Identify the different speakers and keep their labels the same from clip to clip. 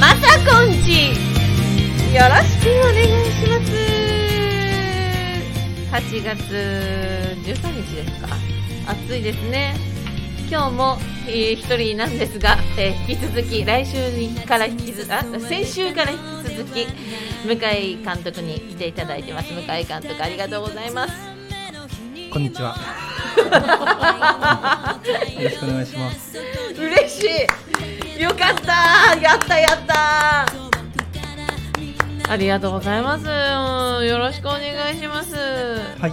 Speaker 1: まさこんちよろしくお願いします !8 月13日ですか暑いですね。今日も、えー一人なんですが、えー引き続き、来週にから引きずあ、先週から引き続き、向井監督に来ていただいてます。向井監督、ありがとうございます。
Speaker 2: こんにちは。よろしくお願いします。
Speaker 1: 嬉しいよかったやったやったありがとうございますうんよろしくお願いします
Speaker 2: は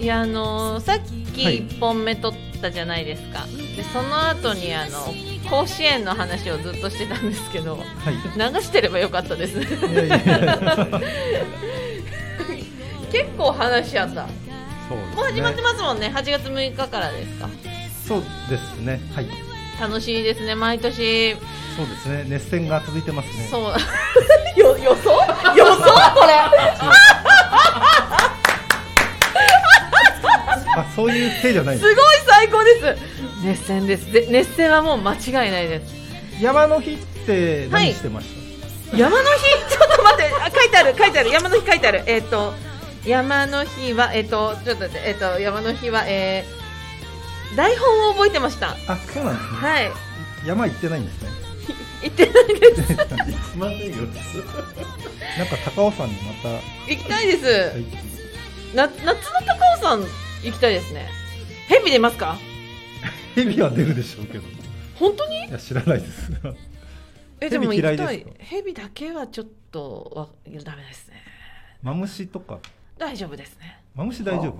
Speaker 2: い。
Speaker 1: いやあのーさっき
Speaker 2: はい
Speaker 1: 1本目撮ったじゃないですか、でその後にあの甲子園の話をずっとしてたんですけど
Speaker 2: はい。
Speaker 1: 流してればよかったですね
Speaker 2: いやいやいや
Speaker 1: 結構話し合った
Speaker 2: そうですね。
Speaker 1: もう始まってますもんね8月6日からですか
Speaker 2: そうですね。はい。
Speaker 1: 楽しいですね毎年
Speaker 2: そうですね。熱戦が続いてますね。う。
Speaker 1: そう。 よ、予想予想これ。
Speaker 2: あ、そういうせいじゃないん
Speaker 1: す
Speaker 2: で
Speaker 1: ご
Speaker 2: す。
Speaker 1: い最高です。熱戦です。で熱戦はもう間違いないです。
Speaker 2: 山の日って
Speaker 1: はい
Speaker 2: 何してまし
Speaker 1: 山の日、ち ょっと待って、あ書いてある、書いてある、山の日書いてある。えっ、と、山の日は、えっ、と、ちょっと待って、えっ、と、山の日は、えー、台本を覚えてました。
Speaker 2: た。あ、そうなんですね。
Speaker 1: はい。
Speaker 2: 山行ってないん ですね。
Speaker 1: 行ってないです。
Speaker 3: つまんねえよ
Speaker 2: なんか高尾山にまた
Speaker 1: 行きたいです。
Speaker 2: 最近。
Speaker 1: な夏の高尾山行きたいですね。ヘビ出ますか
Speaker 2: 蛇は出るでしょうけど。
Speaker 1: 本当に
Speaker 2: いや知らない です。
Speaker 1: え
Speaker 2: ヘビ嫌いですか
Speaker 1: でも行きたいヘビだけはちょっとわダメですね
Speaker 2: マムシとか。
Speaker 1: 大丈夫ですね
Speaker 2: マムシ大丈夫？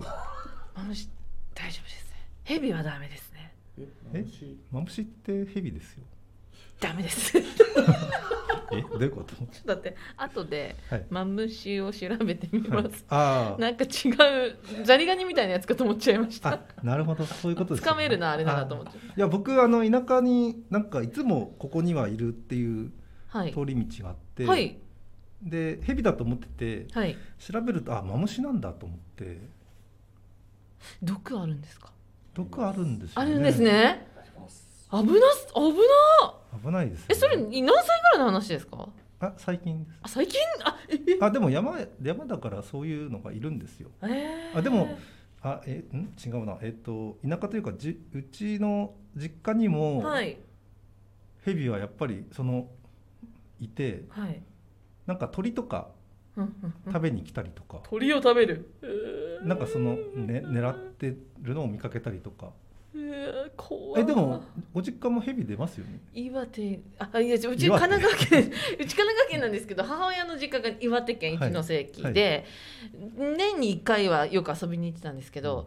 Speaker 1: マムシ大丈夫ですねヘビはダメですね
Speaker 2: え、マムシって蛇ですよ。
Speaker 1: ダメです ちょっ
Speaker 2: え、どういうこと？
Speaker 1: と待って後で
Speaker 2: はい。
Speaker 1: マムシを調べてみます、
Speaker 2: ああ。
Speaker 1: なんか違うザリガニみたいなやつかと思っちゃいました
Speaker 2: あ、なるほど、そういうことです
Speaker 1: つかめるなあれだなと思
Speaker 2: っ。
Speaker 1: ってて
Speaker 2: あいや、僕、あの田舎に、なんかいつもここにはいるっていう
Speaker 1: はい
Speaker 2: 通り道があって。
Speaker 1: はい
Speaker 2: で、蛇だと思ってて、
Speaker 1: はい
Speaker 2: 調べると、あ、マムシなんだと思って。
Speaker 1: 毒あるんですか
Speaker 2: 毒あるんですよ、
Speaker 1: あ
Speaker 2: ね。
Speaker 1: るんです。ね危なす危な
Speaker 2: 危ないです、ね。
Speaker 1: えそれ何歳ぐらいの話ですか
Speaker 2: あ、最近です。
Speaker 1: あ最近あえ
Speaker 2: あ、でも、山、山だから、そういうのがいるんですよ。
Speaker 1: えー
Speaker 2: あでもあ、え、ん、違うな、えっと、田舎というか、じ、うちの実家にも。
Speaker 1: はい
Speaker 2: 蛇はやっぱり、その。いて、
Speaker 1: はい
Speaker 2: なんか鳥とか、食べに来たりとか。
Speaker 1: 鳥を食べる
Speaker 2: なんかその、ね、狙ってるのを見かけたりとか。
Speaker 1: えー怖い
Speaker 2: え、でも、ご実家も蛇出ますよね。
Speaker 1: 岩手あいやうちうち神
Speaker 2: 岩手
Speaker 1: 奈川県 うち神奈川県なんですけど母親の実家が岩手県一関で、年に1回はよく遊びに行ってたんですけど、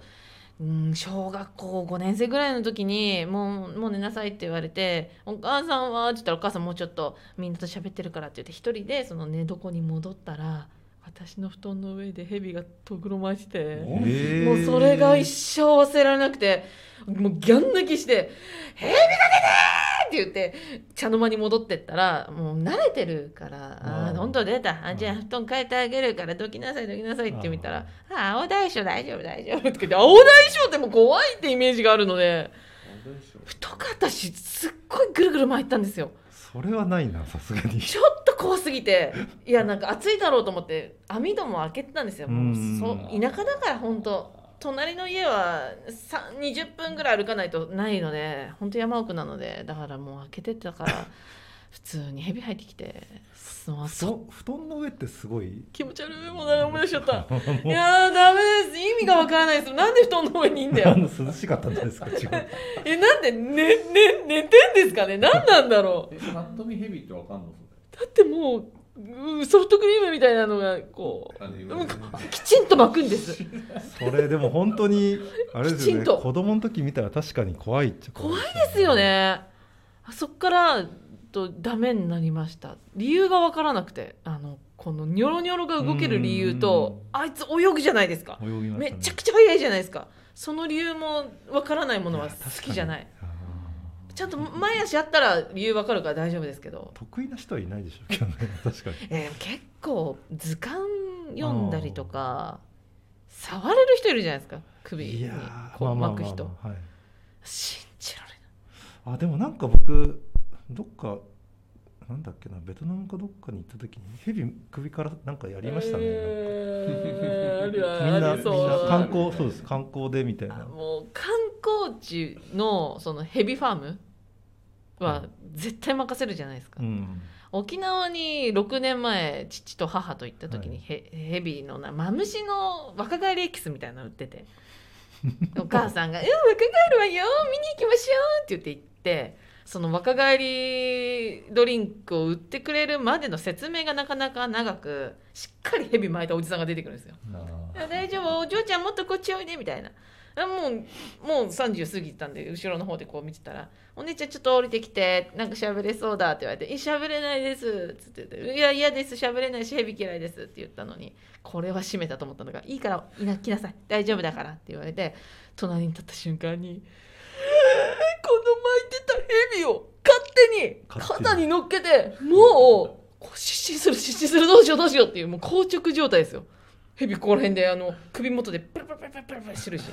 Speaker 1: うん、小学校5年生ぐらいの時にもうもう寝なさいって言われて「お母さんは?」って言ったら「お母さんもうちょっとみんなと喋ってるから」って言って一人でその寝床に戻ったら私の布団の上で蛇がとぐろ巻いてて。
Speaker 2: え
Speaker 1: もうそれが一生忘れられなくてもうギャン抜きして「ヘビが出てー!」って言って茶の間に戻ってったらもう慣れてるから「ああ
Speaker 2: うん
Speaker 1: どんどん出たあじゃあ
Speaker 2: うん
Speaker 1: 布団変えてあげるからどきなさいどきなさい」って見たら「
Speaker 2: う
Speaker 1: あ青大将大丈夫大丈夫」って言って青大将ってもう怖いってイメージがあるので太かったしすっごいぐるぐる巻いてたんですよ
Speaker 2: それはないな、さすがに。
Speaker 1: ちょっと怖すぎていやなんか暑いだろうと思って網戸も開けてたんですよもう
Speaker 2: うん
Speaker 1: そ田舎だから本当隣の家はさ20分ぐらい歩かないとないので本当山奥なのでだからもう開けてたから 普通にヘビ入ってきてそう
Speaker 2: 布
Speaker 1: そう
Speaker 2: 団布団の上ってすごい。
Speaker 1: 気持ち悪いもう思い出しちゃった
Speaker 2: も
Speaker 1: いやーダメです意味がわからないですなんで布団の上にいん
Speaker 2: う
Speaker 1: だ
Speaker 2: あ
Speaker 1: よ
Speaker 2: の涼しかったんじゃないです か、違う。
Speaker 1: えなんで寝、ねね、寝てんですかね何なんだろう
Speaker 3: えパッと見ヘビってわかんのそ
Speaker 1: だってもううソフトクリームみたいなのがこう
Speaker 3: れあの
Speaker 1: うんきちんと巻くんです
Speaker 2: それでも本当に、あれです
Speaker 1: きち
Speaker 2: よ
Speaker 1: ん
Speaker 2: ね。
Speaker 1: と
Speaker 2: 子供の時見たら確かに怖いっちゃ
Speaker 1: 怖いですよ。ねあそっからとダメになりました理由が分からなくてあのこのニョロニョロが動ける理由とあいつ泳ぐじゃないですか
Speaker 2: 泳ぎました
Speaker 1: め
Speaker 2: ね
Speaker 1: ちゃくちゃ速いじゃないですかその理由も分からないものは好きじゃない。
Speaker 2: や確かにあ
Speaker 1: ちゃんと前足あったら理由分かるから大丈夫ですけど
Speaker 2: ー、得意な人はいないでしょうけどね、確かに。
Speaker 1: えー結構図鑑読んだりとか触れる人いるじゃないですか首
Speaker 2: い
Speaker 1: に
Speaker 2: やー
Speaker 1: こう巻く人
Speaker 2: まあはい
Speaker 1: 信じられない
Speaker 2: あでもなんか僕どっかなんだっけなベトナムかどっかに行った時にヘビ首からなんかやりましたね、
Speaker 1: えーある
Speaker 2: みんな
Speaker 1: あ
Speaker 2: み
Speaker 1: り
Speaker 2: ん
Speaker 1: そう
Speaker 2: な観光そうです観光でみたい
Speaker 1: あ
Speaker 2: な
Speaker 1: もう観光地のそのヘビファームは絶対任せるじゃないですか、
Speaker 2: うん
Speaker 1: 沖縄に6年前父と母と行った時に
Speaker 2: は
Speaker 1: へ、ヘビのなマムシの若返りエキスみたいなの売って てお母さんが「うん若返るわよ見に行きましょう」って言って行ってその若返りドリンクを売ってくれるまでの説明がなかなか長くしっかりヘビ巻いたおじさんが出てくるんですよ。いや大丈夫お嬢ちゃんもっとこっちおいでみたいなあもうもう30過ぎてたんで後ろの方でこう見てたら「お姉ちゃんちょっと降りてきてなんか喋れそうだ」って言われて「え喋れないです」っつって言って「いや嫌です喋れないしヘビ嫌いです」って言ったのにこれは閉めたと思ったのが「いいからいな来なさい大丈夫だから」って言われて隣に立った瞬間に「この巻いてたヘビを勝手に
Speaker 2: 勝手に
Speaker 1: 肩に乗っけてもうこう失神する失神するどうしようどうしよう」っていうもう硬直状態ですよ。ヘビここら辺であの首元でプルプルプルプルプルプルしてるし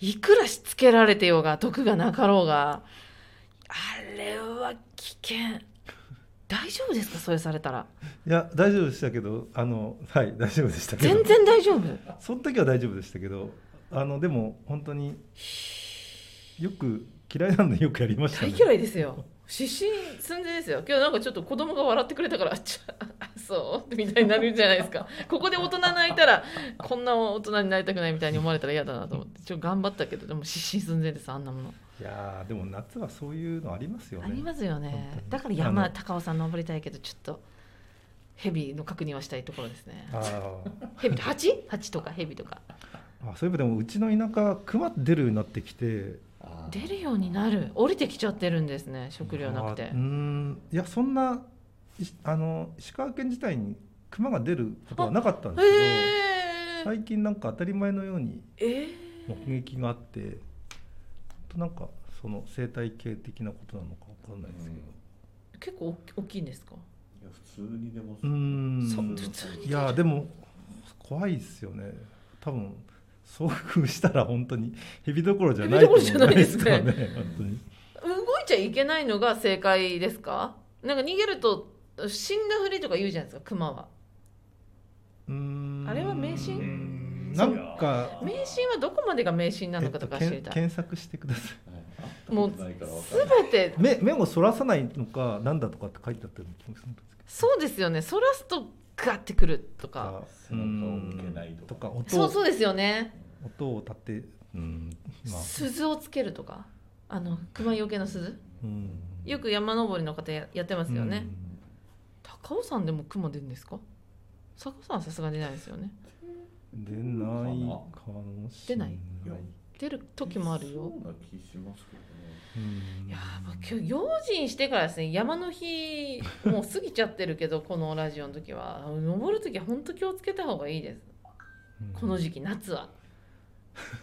Speaker 1: いくらしつけられてようが毒がなかろうがあれは危険大丈夫ですかそれされたら
Speaker 2: いや大丈夫でしたけどあのはい大丈夫でしたけど
Speaker 1: 全然大丈夫
Speaker 2: その時は大丈夫でしたけどあのでも本当によく嫌いなんでよくやりました
Speaker 1: 大
Speaker 2: ね
Speaker 1: 嫌いですよ失神寸前ですよ今日なんかちょっと子供が笑ってくれたから ちょあそうみたいになるじゃないですかここで大人泣いたらこんな大人になりたくないみたいに思われたら嫌だなと思ってちょっと頑張ったけどでも失神寸前ですあんなもの
Speaker 2: いやーでも夏はそういうのありますよね
Speaker 1: ありますよ
Speaker 2: 本当
Speaker 1: ね
Speaker 2: に。
Speaker 1: だから
Speaker 2: あ
Speaker 1: 山
Speaker 2: の
Speaker 1: 高尾さん登りたいけどちょっとヘビの確認はしたいところですね。
Speaker 2: あ
Speaker 1: ヘビ八八とかヘビとか
Speaker 2: ーあそういえばでもうちの田舎熊出るようになってきて
Speaker 1: 出るようになる降りてきちゃってるんですね食料なく
Speaker 2: あ
Speaker 1: て
Speaker 2: ーうー。んいやそんないあの石川県自体に熊が出ることはなかったんですけど、
Speaker 1: へー
Speaker 2: 最近なんか当たり前のように
Speaker 1: えー。
Speaker 2: 目撃があって、ほんとなんかその生態系的なことなのかわかんないですけど
Speaker 1: 結構大きいんですか。
Speaker 3: いや普通に出ま
Speaker 2: う
Speaker 3: す
Speaker 2: ーん
Speaker 1: そ
Speaker 3: うん
Speaker 1: 普通に
Speaker 2: いやでも怖いですよね多分遭遇したら本当にヘビどころじゃな
Speaker 1: ヘ
Speaker 2: い
Speaker 1: ビどころじゃないですね
Speaker 2: と思うんですからね本当に
Speaker 1: 動いちゃいけないのが正解ですか。なんか逃げると死んだふりとか言うじゃないですか熊は。
Speaker 2: うーん
Speaker 1: あれは迷信
Speaker 2: うーんなんか
Speaker 1: 迷信はどこまでが迷信なのかとか知
Speaker 2: え
Speaker 1: り
Speaker 2: っと
Speaker 1: た
Speaker 2: けん
Speaker 1: い。
Speaker 2: 検索してください
Speaker 3: はい
Speaker 1: もう
Speaker 3: 会ったことないからわかんない
Speaker 1: すべて
Speaker 2: 目目をそらさないのかなんだとかって書いてあったような気もするんですけど
Speaker 1: そうですよね。そらすとガってくるとか。
Speaker 3: 背中を向けないと
Speaker 2: と
Speaker 3: か
Speaker 2: か音
Speaker 1: そう
Speaker 2: を
Speaker 1: そうですよね。
Speaker 2: 音を立てうんまあ
Speaker 1: 鈴をつけるとか。あの熊よけの鈴。
Speaker 2: うん
Speaker 1: よく山登りの方ややってますよね。
Speaker 2: うん
Speaker 1: 高尾山でも熊出るんですか。高尾山はさすがに出ないですよね。
Speaker 2: 出ないかもしれない
Speaker 3: 出ない
Speaker 1: 出る時もあるよ。
Speaker 3: そうな気しますけど ね
Speaker 2: うん
Speaker 1: いやーもう今日用心してからですね山の日もう過ぎちゃってるけどこのラジオの時は登る時は本当気をつけた方がいいですこの時期夏 は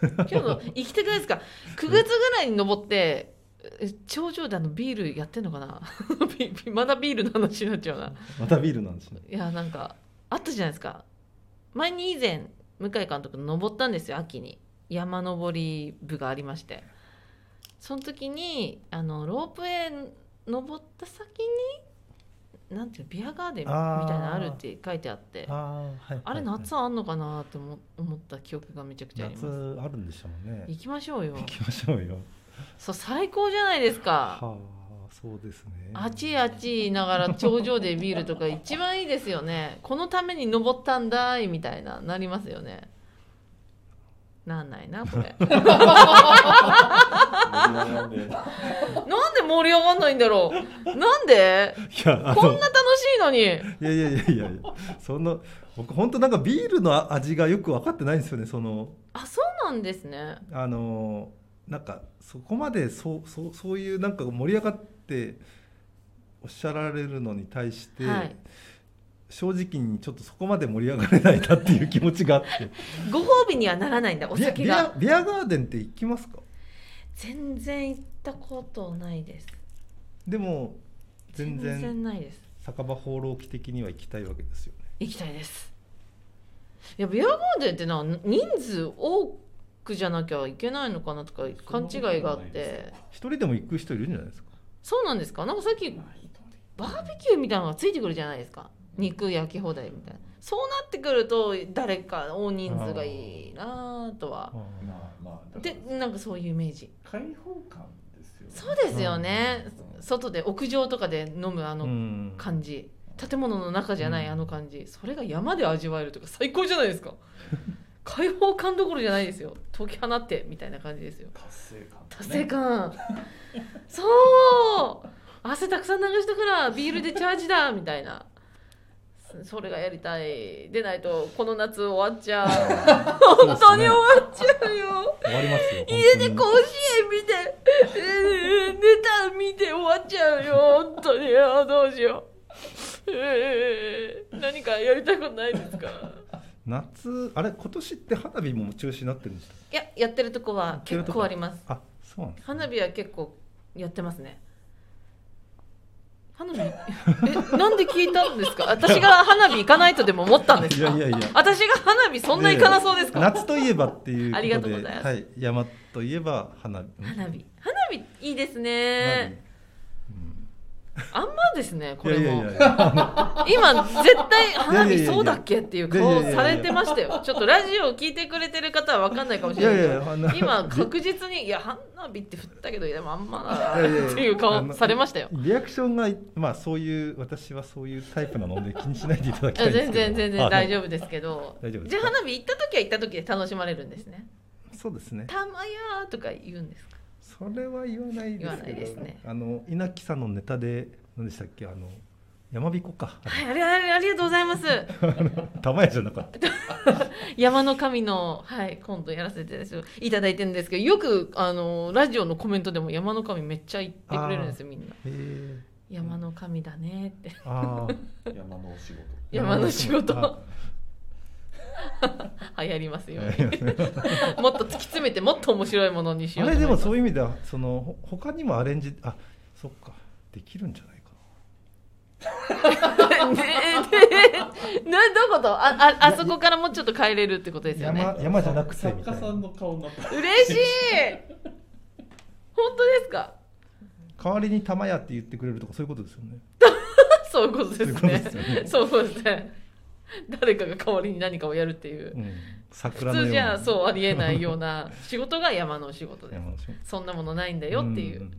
Speaker 1: 今日の行きたくないですか9月ぐらいに登ってえ頂上であのビールやってんのかな ビビまだビールの話になっちゃうな
Speaker 2: またビールなんですね
Speaker 1: いやなんかあったじゃないですか前に以前向井監督登ったんですよ秋に山登り部がありましてその時にあのロープウェイ登った先になんていうのビアガーデンみたい
Speaker 2: あー
Speaker 1: なのあるって書いてあってあ
Speaker 2: あーはい
Speaker 1: れ
Speaker 2: はいはい
Speaker 1: 夏あんのかなって思思った記憶がめちゃくちゃあります
Speaker 2: 夏あるんでしょうね
Speaker 1: 行きましょうよ
Speaker 2: 行きましょうよ
Speaker 1: そう最高じゃないですか
Speaker 2: はあそうですね
Speaker 1: あちいあちい言いながら頂上でビールとか一番いいですよねこのために登ったんだいみたいななりますよねなんないなこれなん
Speaker 3: なんで
Speaker 1: で盛り上がんないんだろうなんで
Speaker 2: いやあ
Speaker 1: こん
Speaker 2: の
Speaker 1: な楽しいのに
Speaker 2: いやいやいやいやいやそんな僕本当なんかビールの味がよく分かってないんですよねその
Speaker 1: あそうなんですね
Speaker 2: あのーなんかそこまでそうそうそういうなんか盛り上がっておっしゃられるのに対して、
Speaker 1: はい
Speaker 2: 正直にちょっとそこまで盛り上がれないなっていう気持ちがあって
Speaker 1: ご褒美にはならないんだ お
Speaker 2: ビア
Speaker 1: 酒
Speaker 2: ビア
Speaker 1: が
Speaker 2: ビアガーデンって行きますか
Speaker 1: 全然行ったことないです
Speaker 2: でも全
Speaker 1: 全
Speaker 2: 然
Speaker 1: 然ないです
Speaker 2: 酒場放浪記的には行きたいわけですよね
Speaker 1: 行きたいですやビアガーデンってな人数多くじゃなきゃいけないのかなとか勘違いがあって
Speaker 2: 一人でも行く人いるんじゃないですか
Speaker 1: そうなんですかなんかさっき
Speaker 3: ないとね
Speaker 1: バーベキューみたいなのがついてくるじゃないですか肉焼き放題みたいなそうなってくると誰か大人数がいいなとは
Speaker 3: まあまあ
Speaker 1: で
Speaker 3: で
Speaker 1: なんかそういうイメージ
Speaker 3: 開放感ですよね
Speaker 1: そうですよね
Speaker 3: うん
Speaker 1: 外で屋上とかで飲むあ
Speaker 2: う
Speaker 1: の
Speaker 2: ん
Speaker 1: 感じ建物の中じゃない
Speaker 2: うん
Speaker 1: あの感じそれが山で味わえるとか最高じゃないです か開放感どころじゃないですよ解き放ってみたいな感じですよ
Speaker 3: 達成感
Speaker 1: 達成感そう汗たくさん流したからビールでチャージだみたいなそそれがやりたいでないとこの夏終わっちゃう
Speaker 2: そうで
Speaker 1: 本
Speaker 2: すね
Speaker 1: 当に終わっちゃうよ
Speaker 2: 終わりますよ
Speaker 1: 家で甲子
Speaker 2: 本
Speaker 1: 園見て、えー、ネタ見て終わっちゃうよ本当にあーどうしよう、えー、何かやりたくないですか
Speaker 2: 当に夏あれ今年って花火も中止になってるんでした
Speaker 1: いややってるとこは結構あります
Speaker 2: あそうなんです
Speaker 1: 花火は結構やってますね花火 えなんで聞いたんですか私が花火行かないとでも思ったんです
Speaker 2: い
Speaker 1: か
Speaker 2: やいやいや
Speaker 1: 私が花火そんな行かなそうですか
Speaker 2: 夏といえばっていうことで
Speaker 1: ありがとうございます
Speaker 2: はい、山といえば花火
Speaker 1: 花火花火いいですねあんまですねこ
Speaker 2: 花火
Speaker 1: れ
Speaker 2: うん
Speaker 1: も
Speaker 2: いやいやいや
Speaker 1: 今絶対花
Speaker 2: い
Speaker 1: 火
Speaker 2: やいやいやいや
Speaker 1: そうだっけっていう
Speaker 2: いや
Speaker 1: 顔
Speaker 2: いやいや
Speaker 1: されてましたよちょっとラジオを聞いてくれてる方は分かんないかもし
Speaker 2: い
Speaker 1: れな
Speaker 2: や
Speaker 1: いけ
Speaker 2: いやい
Speaker 1: ど
Speaker 2: や花火
Speaker 1: 今確実に「いや花火って振ったけどでもあんまだ
Speaker 2: いやいやい
Speaker 1: な」
Speaker 2: や
Speaker 1: っていう顔されましたよ
Speaker 2: リアクションがまあそういう私はそういうタイプなので気にしないでいただきたいんですけ
Speaker 1: 全然
Speaker 2: ど
Speaker 1: 全然
Speaker 2: あ
Speaker 1: 大丈夫ですけど
Speaker 2: 大丈夫です
Speaker 1: じゃあ花火行った時は行った時で楽しまれるんですね
Speaker 2: そうですね
Speaker 1: 「たまや」とか言うんですか
Speaker 2: それは言わないで
Speaker 1: 言わ
Speaker 2: す
Speaker 1: な
Speaker 2: け
Speaker 1: い
Speaker 2: ど
Speaker 1: ですね
Speaker 2: あの稲木さんのネタで何でしたっけあの山彦かあ
Speaker 1: はいありありありがとうございます
Speaker 2: れ玉屋じゃなかった
Speaker 1: 山の神の、はい、コントやらせていただいてるんですけどよくあのラジオのコメントでも山の神めっちゃ言ってくれるんですよみんな
Speaker 2: へー
Speaker 1: 山の神だねって
Speaker 2: あー
Speaker 3: 山のお仕事
Speaker 1: 山の仕事
Speaker 2: あ
Speaker 1: 流行りますように
Speaker 2: えー
Speaker 1: もっと突き詰めてもっと面白いものにしよ
Speaker 2: あ
Speaker 1: うと思い
Speaker 2: れで
Speaker 1: ま
Speaker 2: も
Speaker 1: す
Speaker 2: そういう意味ではそのほ他にもアレンジあそっかできるんじゃない か
Speaker 1: ねえねえなどういうことあああそこからもうちょっと帰れるってことですよ
Speaker 2: な、
Speaker 1: ね
Speaker 2: 山山じゃなくて
Speaker 3: 作
Speaker 2: み
Speaker 3: 家
Speaker 2: たい
Speaker 3: さ
Speaker 2: なん
Speaker 3: の顔になった
Speaker 1: 嬉しい本当ですか
Speaker 2: 代わりに玉屋って言ってくれるとかそういうことですよね
Speaker 1: そういうことですね
Speaker 2: そういうことですよね
Speaker 1: そういうことですね誰かが代わりに何かをやるっていう
Speaker 2: うん
Speaker 1: 普
Speaker 2: 桜のよう
Speaker 1: 通じゃそうありえないよう
Speaker 2: な
Speaker 1: な仕事が山の仕事です
Speaker 2: 山の仕事
Speaker 1: そんなものないんだよってい
Speaker 2: ん
Speaker 1: うん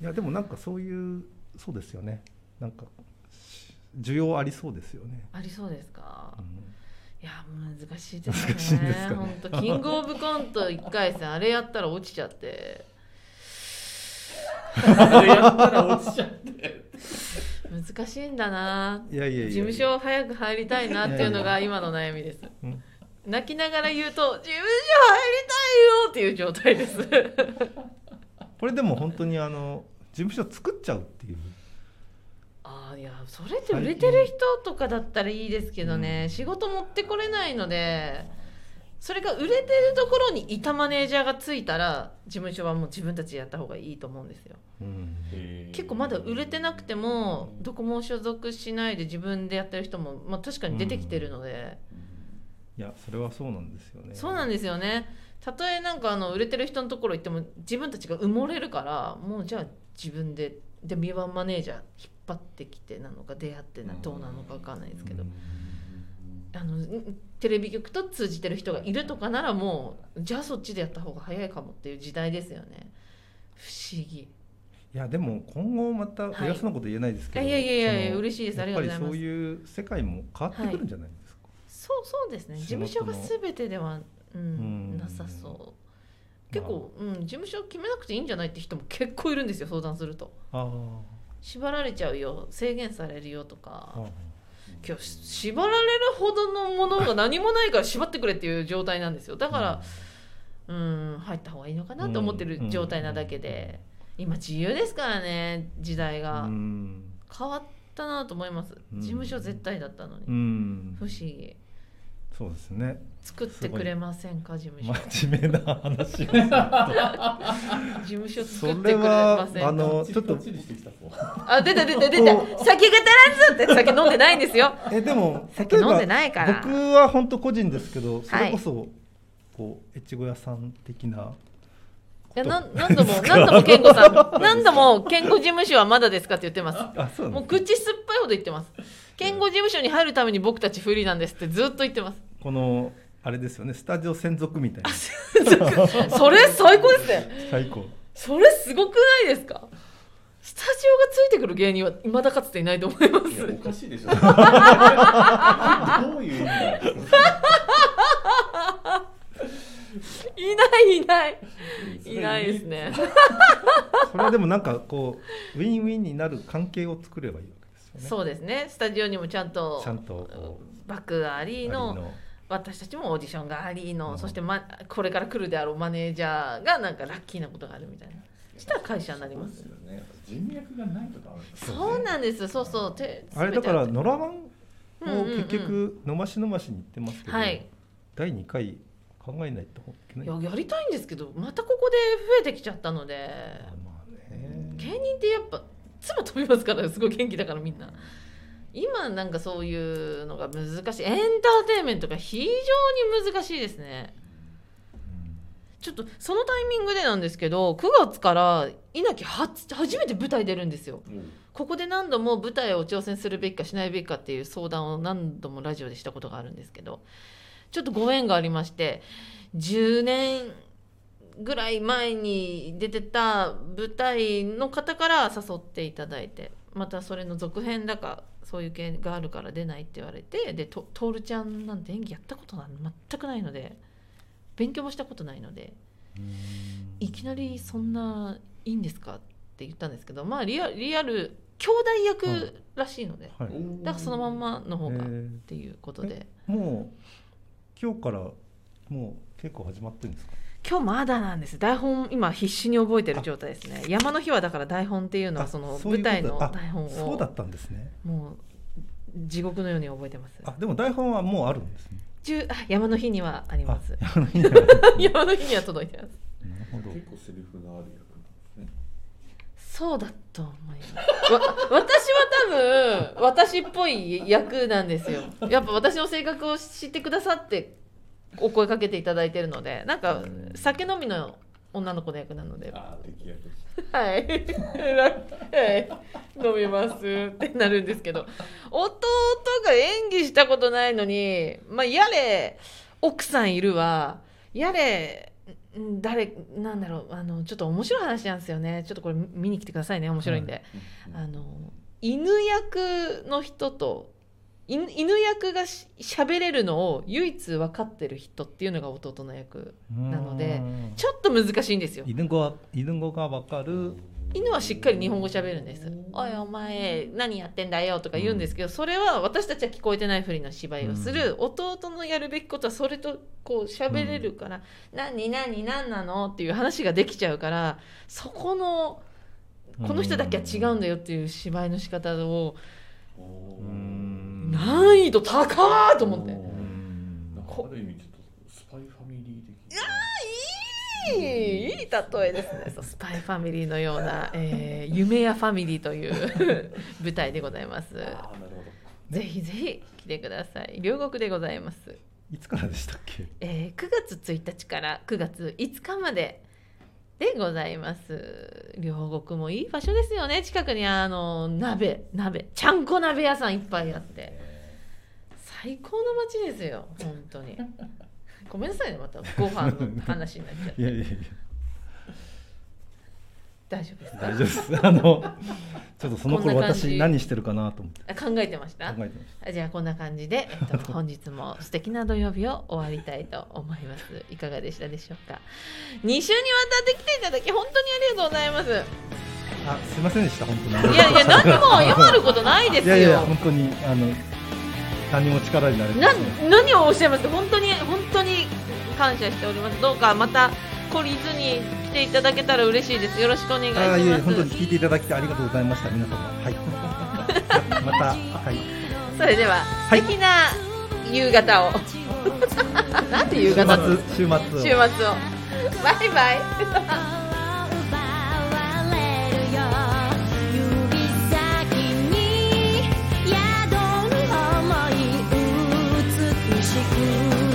Speaker 2: いやでもなんかそういうそうですよねなんかし需要ありそうですよね、
Speaker 1: ありそうですか
Speaker 2: うん
Speaker 1: いや難しいです
Speaker 2: 難しいんで
Speaker 1: ね
Speaker 2: すかね
Speaker 1: 本当キングオブコント1回戦あれやったら落ちちゃって
Speaker 3: あれやったら落ちち ゃって
Speaker 1: 難しいんだない
Speaker 2: やいやいや
Speaker 1: 事務所早く入りたいなっていうのが今の悩みです
Speaker 2: うん
Speaker 1: 泣きながら言うと「事務所入りたいよ!」っていう状態です
Speaker 2: これでも本当にあの事務所作っちゃうっていう
Speaker 1: ああいやそれって売れてる人とかだったらいいですけどね、仕事持ってこれないのでそれが売れてるところにいたマネージャーがついたら事務所はもう自分たちでやった方がいいと思うんですよ
Speaker 2: うん
Speaker 1: 結構まだ売れてなくてもどこも所属しないで自分でやってる人も、まあ、確かに出てきてるので、
Speaker 2: いやそれはそうなんですよね
Speaker 1: そうなん
Speaker 2: で
Speaker 1: ですよねたとえなんかあの売れてる人のところ行っても自分たちが埋もれるからもうじゃあ自分ででミワマネージャー引っ張ってきてなのか出会ってな
Speaker 3: うん
Speaker 1: どうなのか分かんないですけど、
Speaker 2: うん
Speaker 1: あのんテレビ局と通じてる人がいるとかならもうじゃあそっちでやった方が早いかもっていう時代ですよね不思議
Speaker 2: いやでも今後また
Speaker 1: はい
Speaker 2: 偉そうなこと言えないです
Speaker 1: い
Speaker 2: け
Speaker 1: や
Speaker 2: ど、
Speaker 1: いやいやいや
Speaker 2: その
Speaker 1: 嬉しいですあり
Speaker 2: や
Speaker 1: が
Speaker 2: っぱ
Speaker 1: とう
Speaker 2: り
Speaker 1: ございま
Speaker 2: そう
Speaker 1: す
Speaker 2: いう世界も変わってくるんじゃないですか、
Speaker 1: そうそうですね事
Speaker 2: 仕事
Speaker 1: 務
Speaker 2: の
Speaker 1: 所が全てでは、うん
Speaker 2: ん
Speaker 1: なさそう結構、うん、事務所決めなくていいんじゃないって人も結構いるんですよ相談すると
Speaker 2: ああ
Speaker 1: 縛られちゃうよ制限されるよと
Speaker 2: あ
Speaker 1: か
Speaker 2: あ
Speaker 1: 今日し縛られるほどのものが何もないから縛ってくれっていう状態なんですよだからうん入った方がいいのかなと思ってる状態なだけで今自由ですからね時代
Speaker 2: う
Speaker 1: が
Speaker 2: ん
Speaker 1: 変わったなと思います
Speaker 2: うん
Speaker 1: 事務所絶対だったのに
Speaker 2: うん
Speaker 1: 不思議
Speaker 2: そうですね
Speaker 1: 作ってくれませんか事務所
Speaker 2: 真面目な 話をすると
Speaker 1: 事務所作って
Speaker 2: そ
Speaker 1: くれ
Speaker 2: れ
Speaker 1: ま
Speaker 2: は
Speaker 1: せん
Speaker 2: あ
Speaker 1: か
Speaker 2: の
Speaker 3: ち
Speaker 2: ちょ
Speaker 3: ょっ
Speaker 2: っ
Speaker 3: と
Speaker 2: と
Speaker 3: してきたぞ
Speaker 1: あ出た出た出た酒が足らんぞって酒飲んでないんですよ
Speaker 2: えでも
Speaker 1: 酒飲んでないから
Speaker 2: 僕は本当個人ですけどそれこそ、こう越後屋さん的ない
Speaker 1: やなん何度も何度も健吾さん何度も健吾事務所はまだですかって言ってます
Speaker 2: あそうな
Speaker 1: も
Speaker 2: ん
Speaker 1: う
Speaker 2: ですね
Speaker 1: 口酸っぱいほど言ってます健吾事務所に入るために僕たち不利なんですってずっと言って ます
Speaker 2: このあれですよねスタジオ専属みたいな
Speaker 1: それ最高ですね
Speaker 2: 最高
Speaker 1: それすごくないですかスタジオがついてくる芸人は未だかつていないと思いま
Speaker 3: いやお
Speaker 1: す
Speaker 3: かしいでしょ どういう意味だ
Speaker 1: いないいないいないですね
Speaker 2: それはでもなんかこうウィンウィンになる関係を作ればいいわけですよね
Speaker 1: そうですねスタジオにもちゃんと
Speaker 2: ちゃんとこう
Speaker 1: バックがありの
Speaker 2: ありの
Speaker 1: 私たちもオーディションがありの、
Speaker 2: うん
Speaker 1: そして、ま、これから来るであろうマネージャーがなんかラッキーなことがあるみたいなしたら会社になります
Speaker 3: そうですよね人脈がないとダメですよね
Speaker 1: そうなんですそうそうて
Speaker 2: あれだから
Speaker 1: 全
Speaker 2: ノ
Speaker 1: て
Speaker 2: ラマン
Speaker 1: うん
Speaker 2: を
Speaker 1: うんうん
Speaker 2: 結局のましのましに言ってますけど、
Speaker 1: はい
Speaker 2: 第2回考えないといけないい
Speaker 1: ややりたいんですけどまたここで増えてきちゃったので
Speaker 2: まあね
Speaker 1: 芸人ってやっぱ妻飛びますからすごい元気だからみんな今なんかそういうのが難しいエンターテインメントが非常に難しいですねちょっとそのタイミングでなんですけど9月から稲城初初めて舞台出るんですよ
Speaker 3: うん
Speaker 1: ここで何度も舞台を挑戦するべきかしないべきかっていう相談を何度もラジオでしたことがあるんですけどちょっとご縁がありまして10年ぐらい前に出てた舞台の方から誘っていただいてまたそれの続編だかそういう系があるから出ないって言われてでと徹ちゃんなんて演技やったことなんて全くないので勉強もしたことないのでいきなりそんないいんですかって言ったんですけどまあリアリアル兄弟役らしいので、
Speaker 2: はい
Speaker 1: だからそのまんまの方がっ
Speaker 2: え
Speaker 1: ていうことで、
Speaker 2: ーもう今日からもう結構始まってるんですか
Speaker 1: 今日まだなんです台本今必死に覚えてる状態ですね山の日はだから台本っていうのは
Speaker 2: あ
Speaker 1: その
Speaker 2: そうい
Speaker 1: 舞
Speaker 2: うこと
Speaker 1: 台の
Speaker 2: あ
Speaker 1: 台本
Speaker 2: そうだ
Speaker 1: を
Speaker 2: ったんですね
Speaker 1: もう地獄のように覚えてます
Speaker 2: あでも台本はもうあるんですね
Speaker 1: じゅうあ山の日にはあります
Speaker 2: あのいいななる
Speaker 1: 山の日には届いてます
Speaker 2: ほど
Speaker 3: 結構セリフがある役なんですね
Speaker 1: そうだと思います。わ 私は多分私っぽい役なんですよ。やっぱ私の性格を知ってくださってお声かけていただいてるので、なんか酒飲みの女の子の役なので、は
Speaker 3: ああ敵役
Speaker 1: い、 はい、飲みますってなるんですけど、弟が演技したことないのに、まあやれ奥さんいるわ、やれ。ん誰なんだろうあのちょっと面白い話なんですよねちょっとこれ見に来てくださいね面白いんで、あの犬役の人と犬犬役がし喋れるのを唯一分かってる人っていうのが弟の役 なので
Speaker 2: うん
Speaker 1: ちょっと難しいんですよ
Speaker 2: 犬語は犬語がわかる
Speaker 1: 犬はしっかり日本語喋るんです「おいお前何やってんだよ」とか言うんですけどそれは私たちは聞こえてないふりの芝居をする弟のやるべきことはそれとこう喋れるから「何何何なの?」っていう話ができちゃうからそこのこの人だけは違うんだよっていう芝居の仕方を
Speaker 3: おー
Speaker 2: うん
Speaker 1: 難易度高ーと思って
Speaker 3: お
Speaker 2: うん
Speaker 3: なんかある意味ちょっとスパイファミリー的
Speaker 1: いいいい例えですねそうスパイファミリーのような、えー夢やファミリーという 舞台でございます
Speaker 3: なああなるほど
Speaker 1: ぜひぜひ来てください両国でございます、
Speaker 2: いつからでしたっけ
Speaker 1: えー9月1日から9月5日まででございます両国もいい場所ですよね近くにあの鍋鍋ちゃんこ鍋屋さんいっぱいあって最高の街ですよ本当にごめんなさいねまたご飯の話になっちゃっ
Speaker 2: いやい
Speaker 1: て
Speaker 2: やいや
Speaker 1: 大丈夫です
Speaker 2: 大丈夫ですあのちょっとその頃
Speaker 1: こんな感じ
Speaker 2: 私何してるかなと思って
Speaker 1: あ考えてまし
Speaker 2: 考
Speaker 1: た
Speaker 2: えてまし
Speaker 1: じゃあこんな感じで、えっ と、本日も素敵な土曜日を終わりたいと思いますいかがでしたでしょうか2週にわたって来ていただき本当にありがとうございます
Speaker 2: たあすいませんでした本当に
Speaker 1: いやいや何も謝ることないです
Speaker 2: い
Speaker 1: よ
Speaker 2: やいや本当にあの何も力になれて
Speaker 1: な
Speaker 2: ない
Speaker 1: 何をおっしゃいますか本当に本当に感謝しておりますどうかまた懲りずに来ていただけたら嬉しいですよろしくお願いし
Speaker 2: あいやいや
Speaker 1: ま
Speaker 2: 本当に
Speaker 1: す
Speaker 2: 聞いていただきてありがとうございまし た皆様はいまたはい
Speaker 1: それでは
Speaker 2: はい
Speaker 1: 素敵な夕 方をなんで夕
Speaker 2: 週末
Speaker 1: 方なの
Speaker 2: 週末
Speaker 1: 週末
Speaker 2: を
Speaker 1: をバイバイ
Speaker 4: 「奪われるよ」「指先に宿る想い美しく」